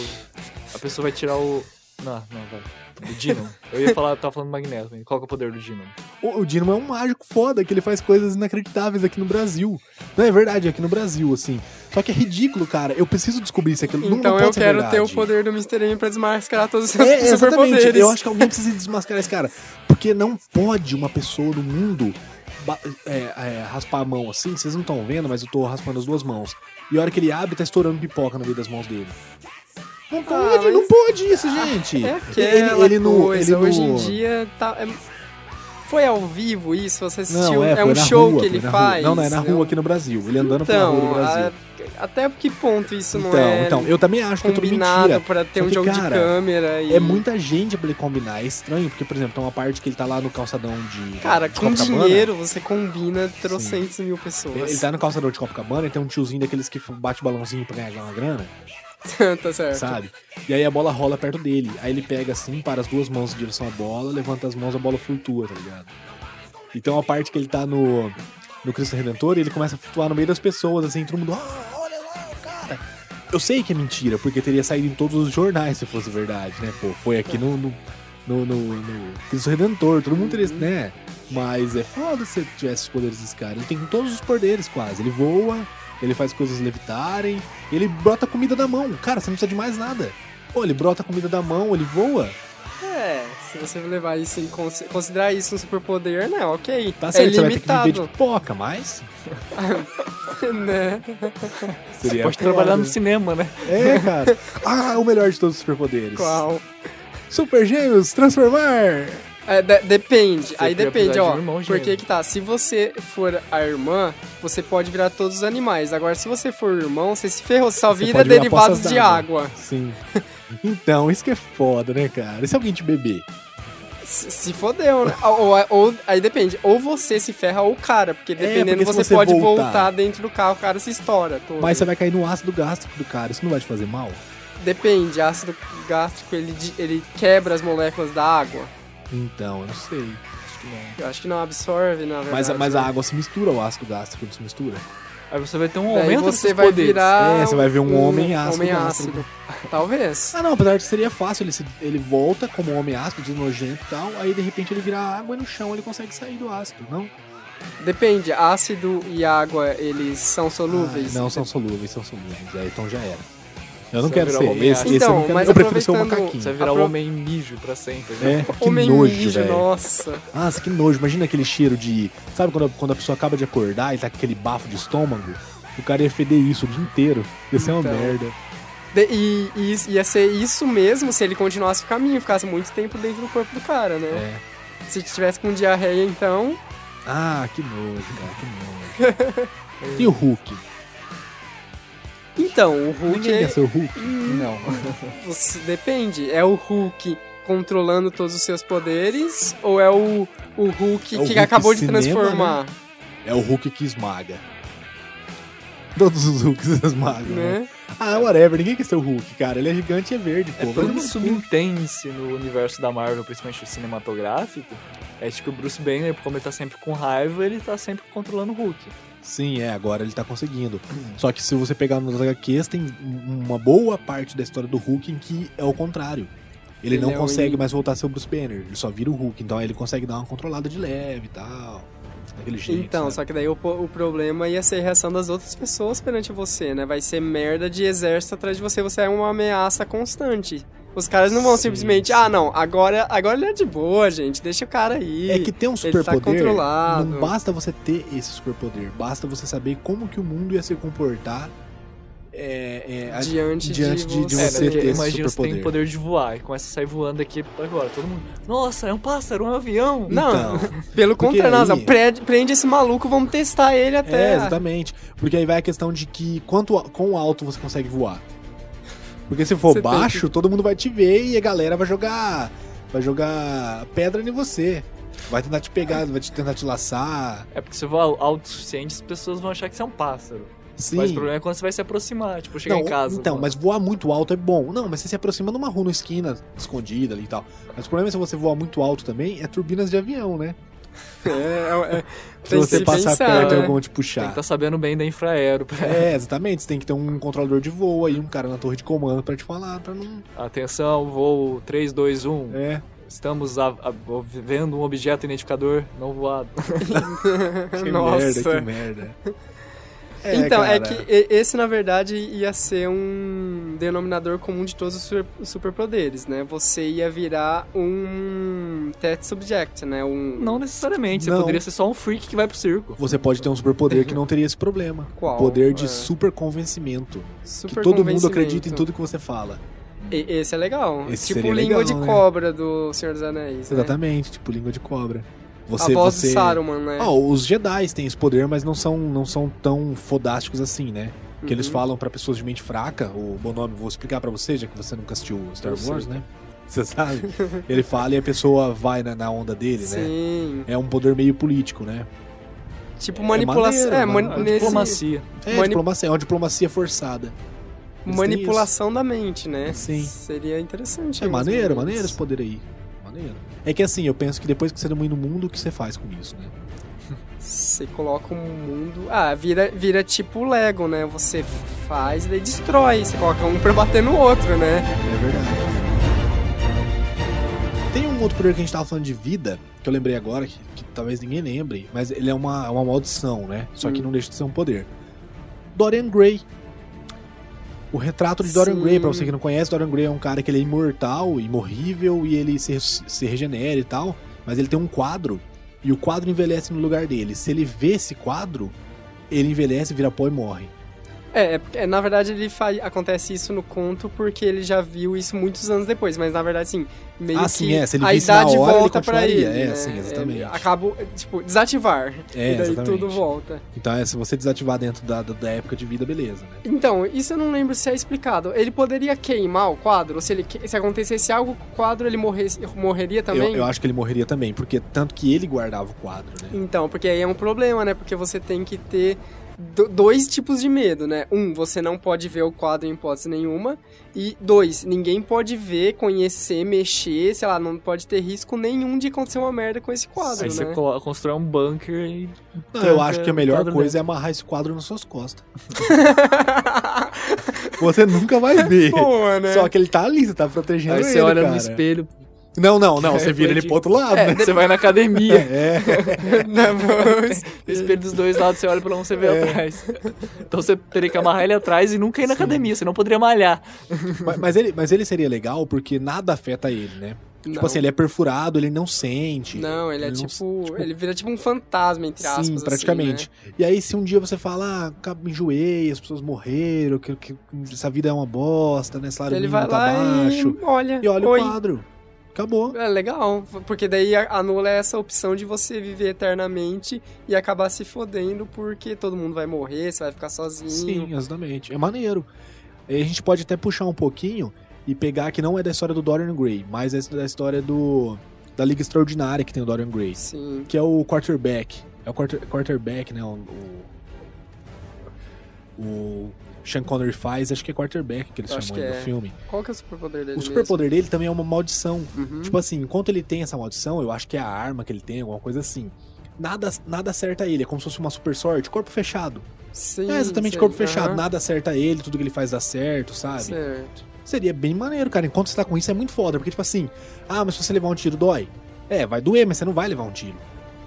A: a pessoa vai tirar o. Não, não, vai. O Dino. Eu ia falar, eu tava falando do Magneto, mas qual que é o poder do Dino?
C: O, o Dynamo é um mágico foda, que ele faz coisas inacreditáveis aqui no Brasil. Não é verdade, aqui no Brasil, assim. Só que é ridículo, cara. Eu preciso descobrir isso aqui. Não- não
B: Então
C: pode
B: eu
C: ser
B: quero
C: é verdade.
B: ter o poder do Mr. M pra desmascarar todos os seus
C: <laughs> É, exatamente.
B: superpoderes.
C: Eu acho que alguém precisa desmascarar esse cara. Porque não pode uma pessoa no mundo ba- é, é, raspar a mão assim. Vocês não estão vendo, mas eu tô raspando as duas mãos. E a hora que ele abre, tá estourando pipoca no meio das mãos dele. Não pode,
B: Ah, mas-
C: não pode isso, gente.
B: <laughs> É aquela
C: no-
B: coisa,
C: no-
B: hoje em dia tá... é- Foi ao vivo isso? Você assistiu?
C: Não, é,
B: é,
C: foi
B: um
C: na
B: show
C: rua,
B: que
C: foi
B: ele
C: na rua.
B: faz?
C: Não, não, é na
B: é um-
C: rua aqui no Brasil. Ele andando pela rua do
B: Então,
C: Brasil.
B: a- até que ponto isso não
C: Então,
B: é
C: então, eu também acho que é tudo
B: combinado
C: mentira.
B: pra ter
C: Só
B: um
C: que,
B: jogo de
C: cara,
B: câmera e...
C: É muita gente pra ele combinar. É estranho, porque, por exemplo, tem uma parte que ele tá lá no calçadão de.
B: Cara,
C: de
B: com
C: Copacabana.
B: dinheiro você combina trocentos mil pessoas.
C: Ele tá no calçador de Copacabana e tem um tiozinho daqueles que bate balãozinho pra ganhar uma grana,
B: <laughs> tá certo.
C: sabe? E aí a bola rola perto dele. Aí ele pega assim, para as duas mãos em direção à bola, levanta as mãos, a bola flutua, tá ligado? Então a parte que ele tá no, no Cristo Redentor, ele começa a flutuar no meio das pessoas, assim, todo mundo, ah, olha lá, o cara. Eu sei que é mentira, porque teria saído em todos os jornais se fosse verdade, né? Pô, foi aqui no, no, no, no- no Cristo Redentor, todo mundo teria,
A: Uhum.
C: né? Mas é foda se ele tivesse os poderes desse cara. Ele tem todos os poderes quase. Ele voa, ele faz coisas levitarem, ele brota comida da mão. Cara, você não precisa de mais nada. Pô, ele brota comida da mão, ele voa.
B: É, se você levar isso em cons- considerar isso um superpoder, né? Ok.
C: Tá certo,
B: é
C: você vai ter que viver de
B: limitado,
C: pipoca, mas.
B: <laughs> né?
A: Você
B: é
C: seria
A: pode trabalhar
C: foda.
A: no cinema, né?
C: É, cara.
A: <laughs>
C: Ah, o melhor de todos os superpoderes.
B: Qual?
C: Super Gêmeos, transformar!
B: É, de- depende,
A: podia
B: aí depende,
A: precisar de
B: ó.
A: um irmão gêmeo.
B: porque que tá, se você for a irmã, você pode virar todos os animais. Agora, se você for o irmão, você se ferrou, sua
C: Você
B: vida é
C: pode virar
B: derivados
C: poças
B: de
C: d'água.
B: água.
C: Sim. Então, isso que é foda, né, cara? E se alguém te beber?
B: Se, se fodeu, né? ou, ou- ou- aí depende, ou você se ferra ou o cara, porque dependendo
C: É, porque se
B: você,
C: você
B: pode voltar.
C: voltar-
B: dentro do carro, o cara se estoura todo.
C: Mas você vai cair no ácido gástrico do cara, isso não vai te fazer mal?
B: Depende, ácido gástrico, ele, di- ele quebra as moléculas da água.
C: Então, eu não sei.
B: Eu acho que não absorve, na verdade.
C: Mas, a- mas a água se mistura, o ácido gástrico não se mistura?
A: Aí você vai ter um
B: Daí
A: aumento dos
B: você
A: seus
B: vai
A: poderes.
B: virar.
C: É, você vai ver um homem ácido
B: homem
C: ácido.
B: ácido. Talvez.
C: Ah, não, apesar de que seria fácil, ele, se- ele volta como um homem ácido, desnojento e tal, aí de repente ele vira água e no chão ele consegue sair do ácido, não?
B: Depende, ácido e água, eles são solúveis?
C: Ah, não, são solúveis, são solúveis. Aí, então já era. Eu não
A: Você
C: quero
A: virou
C: ser
A: homem
C: esse,
A: ácido.
C: esse eu
B: Então,
C: não quero-
B: mas
C: eu prefiro ser um
B: aproveitando-
C: macaquinho.
A: Você vai virar o
B: Apro-
A: homem mijo pra sempre, né?
C: É, que
B: Homem
C: nojo,
B: mijo,
C: velho.
B: nossa.
C: Ah, que nojo. Imagina aquele cheiro de... Sabe quando a, quando a pessoa acaba de acordar e tá com aquele bafo de estômago? O cara ia feder isso o dia inteiro. Ia ser uma
B: Então.
C: merda.
B: De- e, e isso- ia ser isso mesmo se ele continuasse o caminho, ficasse muito tempo dentro do corpo do cara, né?
C: É.
B: Se tivesse com diarreia, então.
C: Ah, que nojo, cara. Que nojo. e o Hulk?
B: Então, o Hulk.
C: Ninguém
B: é-
C: quer ser o Hulk?
A: Não.
B: você- depende. É o Hulk controlando todos os seus poderes? Ou é o, o Hulk
C: É o
B: que
C: Hulk
B: acabou de
C: cinema,
B: transformar?
C: É o Hulk que esmaga. Todos os Hulks <laughs> esmagam, né?
B: Né?
C: Ah, whatever, ninguém quer ser o Hulk, cara. Ele é gigante e é verde, pô.
A: É
C: Vai
A: tão
C: tomar no cu.
A: subintense no universo da Marvel, principalmente o cinematográfico. É tipo o Bruce Banner, como ele tá sempre com raiva, ele tá sempre controlando o Hulk.
C: Sim, é, agora ele tá conseguindo. Só que se você pegar nos HQs, tem uma boa parte da história do Hulk em que é o contrário. Ele,
B: Ele
C: não
B: é o
C: consegue
B: inimigo.
C: mais voltar a ser o Bruce Banner, ele só vira o Hulk. Então aí ele consegue dar uma controlada de leve e tal. Daquele jeito.
B: Então,
C: sabe?
B: só que daí o, po- o problema ia ser a reação das outras pessoas perante você, né? Vai ser merda de exército atrás de você, você é uma ameaça constante. Os caras não vão
C: Sim,
B: simplesmente,
C: sim.
B: ah, não, agora, agora ele é de boa, gente, deixa o cara aí.
C: É que ter um
B: ele tá
C: superpoder,
B: controlado.
C: não basta você ter esse superpoder, basta você saber como que o mundo ia se comportar é, é, a-
B: diante,
C: diante de-
B: de,
C: de
B: você.
A: é, né?
C: ter
A: Porque
C: esse
A: imagina você tem
C: superpoder.
A: o poder de voar e começa a sair voando aqui agora. Todo mundo. Nossa, é um pássaro, é um avião!
B: Não,
C: Então,
B: pelo
C: Porque
B: contrário,
C: aí-
B: NASA, prende, prende esse maluco, vamos testar ele
C: é,
B: até. <laughs>
C: exatamente. Porque aí vai a questão de que quanto a- quão alto você consegue voar. Porque se for
B: Você tem
C: baixo, todo mundo vai te ver e a galera vai jogar vai jogar pedra em você. Vai tentar te pegar, vai te tentar te laçar.
A: É porque se você voar alto o suficiente, as pessoas vão achar que você é um pássaro.
C: Sim.
A: Mas o problema é quando você vai se aproximar, tipo, chegar
C: Não,
A: em casa.
C: Então,
A: mano.
C: mas voar muito alto é bom. Não, mas você se aproxima numa rua, numa esquina, escondida ali e tal. Mas o problema é se você voar muito alto também, é turbinas de avião, né?
B: É, é, é,
C: Se
B: tem que
C: você
B: se
C: passar
B: pensar,
C: perto,
B: né? <laughs>
C: algum vão te
A: Tem que
C: puxar.
A: estar sabendo bem da infraero pra
C: É, exatamente. Você tem que ter um controlador de voo aí, um cara na torre de comando pra te falar, pra não...
A: Atenção, voo 3, 2, 1.
C: É,
A: Estamos a- a- vendo um objeto identificador não voado.
B: <laughs>
C: que
B: Nossa.
C: merda, que
B: <laughs>
C: merda.
B: então, é
C: cara.
B: que e- esse, na verdade, ia ser um denominador comum de todos os super- superpoderes, né? Você ia virar um test subject, né? Um...
A: Não necessariamente, você
C: Não.
A: poderia ser só um freak que vai pro circo.
C: Você pode ter um superpoder que não teria esse problema.
B: Qual?
C: O poder de
B: É.
C: super convencimento. Que
B: super
C: todo mundo
B: convencimento.
C: acredita em tudo que você fala.
B: E- esse é legal.
C: Esse
B: tipo
C: seria
B: língua
C: legal,
B: de
C: né?
B: cobra do Senhor dos Anéis. né?
C: Exatamente, tipo língua de cobra. Você,
B: A voz
C: você...
B: do Saruman, né?
C: Ah, os Jedi têm esse poder, mas não são, não são tão fodásticos assim, né? Que eles
B: Uhum.
C: falam pra pessoas de mente fraca, o Bonomi, vou explicar pra você, já que você nunca assistiu Star
A: Eu sei.
C: Wars, né?
B: <laughs>
C: Você sabe? Ele fala e a pessoa vai na, na onda dele, né?
B: Sim.
C: É um poder meio político, né?
B: Tipo
C: É
B: manipulação.
C: maneiro,
B: É,
C: mano.
A: É
B: man-
A: uma
B: nesse-
A: Diplomacia.
C: É,
B: Mani-
C: diplomacia, é uma diplomacia forçada. Eles têm
B: manipulação da mente, né?
C: Sim.
B: Seria interessante.
C: isso. É
B: mesmo
C: maneiro,
B: isso.
C: maneiro esse poder aí. Maneiro. É que assim, eu penso que depois que você domina o mundo, o que você faz com isso, né?
B: Você coloca um mundo. Ah, vira, vira tipo Lego, né? Você faz e daí destrói. Você coloca um pra bater no outro, né?
C: É verdade. Tem um outro poder que a gente tava falando de vida, que eu lembrei agora, que, que talvez ninguém lembre, mas ele é uma, é uma maldição, né? Só que
B: Hum.
C: não deixa de ser um poder. Dorian Gray. O retrato de Dorian
B: Sim.
C: Gray, pra você que não conhece, Dorian Gray é um cara que ele é imortal, imorrível, e ele se, res- se regenera e tal, mas ele tem um quadro, e o quadro envelhece no lugar dele. Se ele vê esse quadro, ele envelhece, vira pó e morre.
B: É, é porque- é, na verdade ele fa- acontece isso no conto porque ele já viu isso muitos anos depois, mas na verdade assim, meio
C: Ah,
B: que
C: sim, é, se ele
B: a
C: visse na
B: idade
C: hora, ele
B: volta pra ele.
C: continuaria. É,
B: né?
C: sim, exatamente.
B: acabo, tipo, desativar.
C: É,
B: e daí
C: exatamente.
B: tudo volta.
C: Então é, se você desativar dentro da, da, da época de vida, beleza, né?
B: Então, isso eu não lembro se é explicado. Ele poderia queimar o quadro? Se, ele, que- se acontecesse algo com o quadro, ele morresse- morreria também?
C: Eu, eu acho que ele morreria também, porque tanto que ele guardava o quadro, né?
B: Então, porque aí é um problema, né? Porque você tem que ter do- dois tipos de medo, né? Um, você não pode ver o quadro em hipótese nenhuma. E dois, ninguém pode ver, conhecer, mexer, sei lá, não pode ter risco nenhum de acontecer uma merda com esse quadro,
A: Aí
B: né?
A: você colo- constrói um bunker e.
C: Não,
A: Tanto
C: Então, eu acho que a
A: o
C: melhor
A: quadro
C: coisa é amarrar esse quadro nas
B: <laughs>
C: suas costas. Você nunca vai ver.
B: Boa, né?
C: Só que ele tá ali, você tá protegendo
A: Aí
C: ele,
A: você olha
C: cara.
A: no espelho,
C: Não, não, não.
A: É,
C: Você vira ele
A: entendi.
C: pro outro lado,
B: É.
A: <laughs>
C: né?
A: Você vai na academia,
C: <laughs> É.
B: Na voz.
A: o espelho dos dois lados, você olha pra um, você vê
C: É.
A: atrás. Então você teria que amarrar ele atrás e nunca ir na academia, você não poderia malhar.
C: Mas, mas ele, mas ele seria legal porque nada afeta ele, né?
B: Não.
C: Tipo assim, ele é perfurado, ele não sente.
B: Não, ele é
C: Ele não-
B: tipo, Ele vira tipo um fantasma, entre aspas.
C: Sim,
B: assim,
C: praticamente.
B: né?
C: E aí, se um dia você fala, ah, acab- enjoei, as pessoas morreram, que, que- essa vida é uma bosta, né? Salário
B: Ele
C: mínimo
B: vai
C: tá
B: lá
C: baixo.
B: e olha.
C: E olha
B: Oi.
C: o quadro. Acabou.
B: É legal, porque daí a- anula essa opção de você viver eternamente e acabar se fodendo porque todo mundo vai morrer, você vai ficar sozinho.
C: Sim, exatamente. É maneiro. E a gente pode até puxar um pouquinho e pegar que não é da história do Dorian Gray, mas é da história do da Liga Extraordinária que tem o Dorian Gray,
B: Sim.
C: que é o quarterback. É o quarter, quarterback, né? O, o, o Sean Connery faz, acho que é quarterback que eles
B: Eu acho
C: chamam
B: que
C: ele no
B: é.
C: filme.
B: Qual que é o superpoder dele?
C: O superpoder dele também é uma maldição.
B: mesmo? Uhum.
C: Tipo assim, enquanto ele tem essa maldição, eu acho que é a arma que ele tem, alguma coisa assim. Nada, nada acerta ele, é como se fosse uma super sorte, corpo fechado.
B: Sim,
C: É exatamente
B: sei,
C: corpo fechado,
B: aham.
C: nada acerta ele, tudo que ele faz dá certo, sabe?
B: Certo.
C: Seria bem maneiro, cara. Enquanto você tá com isso é muito foda, porque tipo assim, ah, mas se você levar um tiro dói. É, vai doer, mas você não vai levar um tiro.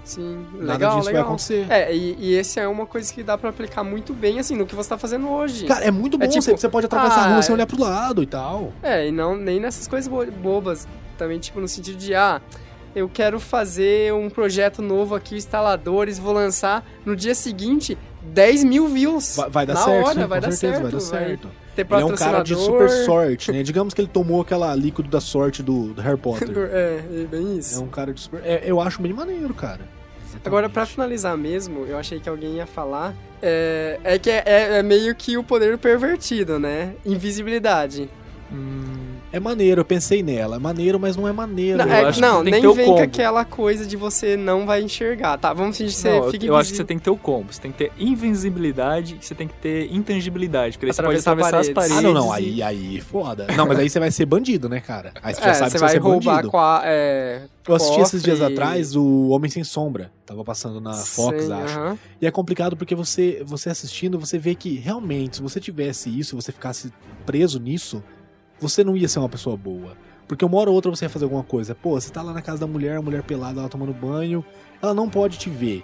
B: Sim,
C: nada
B: legal,
C: disso vai
B: legal.
C: acontecer.
B: É, e, e esse é uma coisa que dá pra aplicar muito bem, assim, no que você tá fazendo hoje.
C: Cara, é muito bom,
B: É tipo,
C: você, você pode atravessar a
B: ah,
C: rua sem
B: é-
C: olhar pro lado e tal.
B: É, e não nem nessas coisas bo- bobas. Também, tipo, no sentido de, ah, eu quero fazer um projeto novo aqui, instaladores, vou lançar no dia seguinte 10 mil views.
C: Vai, vai dar
B: Na
C: certo,
B: hora,
C: né?
B: vai
C: Com
B: dar
C: certeza,
B: certo,
C: vai dar
B: vai.
C: certo.
B: ter
C: Ele é um cara
B: patrocinador.
C: de super sorte, né? Digamos que ele tomou aquela líquido da sorte do, do Harry
B: <laughs>
C: Potter.
B: É, é bem
C: é
B: isso.
C: um cara de super. é, eu acho bem maneiro, cara.
B: Agora, pra
C: Exatamente.
B: finalizar mesmo, eu achei que alguém ia falar. É, é que é, é- é meio que o poder pervertido, né? Invisibilidade.
A: Hum,
C: É maneiro, eu pensei nela. É maneiro, mas não é maneiro.
B: Não,
A: Eu
B: é-
A: acho que
B: não,
A: tem que
B: nem
A: ter o
B: vem
A: combo.
B: com aquela coisa de você não vai enxergar, tá? Vamos fingir que você
A: não, eu-
B: fica
A: eu acho que você
B: invisível.
A: tem que ter o combo. Você tem que ter invencibilidade e você tem que ter intangibilidade. Porque daí você pode
B: Atravessar
A: atravessar as
B: paredes.
A: paredes.
C: Ah, não, não. Aí, aí, foda. Não, mas aí você vai ser bandido, né, cara? Aí você já
B: é,
C: sabe
B: você
C: que você vai
B: vai
C: ser
B: roubar
C: bandido.
B: com a. É,
C: Eu assisti esses dias
B: cofre.
C: atrás o Homem Sem Sombra. Tava passando na Fox,
B: Sim,
C: acho.
B: aham.
C: E é complicado porque você, você assistindo, você vê que realmente, se você tivesse isso, você ficasse preso nisso, você não ia ser uma pessoa boa. Porque uma hora ou outra você ia fazer alguma coisa. Pô, você tá lá na casa da mulher, a mulher pelada, ela tomando banho, ela não pode te ver.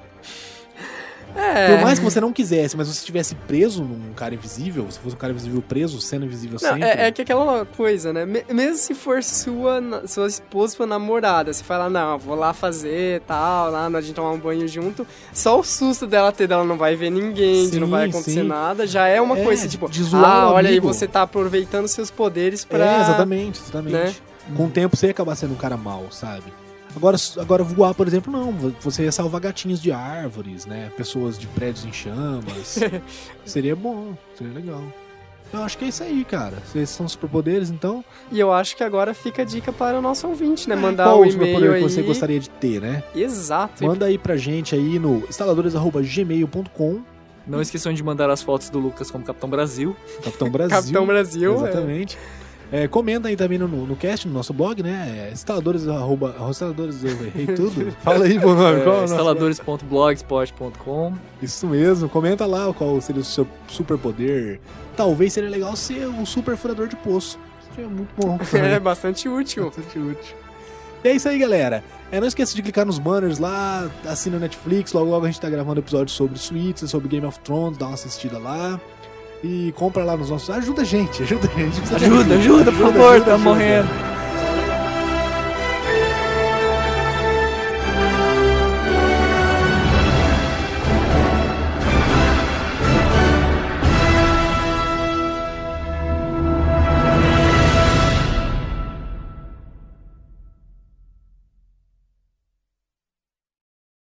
B: É.
C: Por mais que você não quisesse, mas você estivesse preso num cara invisível, se fosse um cara invisível preso, sendo invisível
B: Não,
C: sempre.
B: é, é que aquela coisa, né? Me- Mesmo se for sua, na- sua esposa, sua namorada, você fala, não, vou lá fazer tal, lá, a gente tomar um banho junto. Só o susto dela ter dela não vai ver ninguém, de não
C: Sim,
B: vai acontecer
C: sim.
B: nada, já é uma
C: É,
B: coisa, tipo,
C: de zoar
B: ah,
C: o
B: olha aí,
C: amigo."
B: você tá aproveitando seus poderes pra.
C: É, exatamente, exatamente.
B: né?
C: Com o tempo você ia acabar sendo um cara mau, sabe? Agora, agora voar, por exemplo, não. Vo- Você ia salvar gatinhos de árvores, né? Pessoas de prédios em chamas.
B: <laughs>
C: seria bom, seria legal. Eu acho que é isso aí, cara. Vocês são superpoderes, então.
B: E eu acho que agora fica a dica para o nosso ouvinte, né? Mandar
C: É, Qual
B: o
C: o
B: e-mail
C: superpoder
B: aí.
C: que você gostaria de ter, né?
B: Exato.
C: Manda aí pra gente aí no instaladores.gmail.com,
A: Não esqueçam de mandar as fotos do Lucas como Capitão Brasil.
B: <laughs>
C: Capitão Brasil.
B: Capitão Brasil. é.
C: Exatamente. É, comenta aí também no, no cast, no nosso blog, né? É, instaladores, arroba, instaladores, eu errei tudo. <laughs> Fala aí, meu nome. qual é o
A: É,
C: nosso
A: instaladores.blogspot.com
C: Isso mesmo, comenta lá qual seria o seu superpoder. Talvez seria legal ser um super furador de poço. Seria muito <laughs> bom.
B: É,
C: também.
B: bastante útil.
C: Bastante útil. E é isso aí, galera. É, não esqueça de clicar nos banners lá, assina o Netflix, logo logo a gente tá gravando episódio sobre Suítes, sobre Game of Thrones, dá uma assistida lá. E compra lá nos nossos. Ajuda a gente, ajuda a gente.
A: Ajuda, ajuda, por favor, tá morrendo.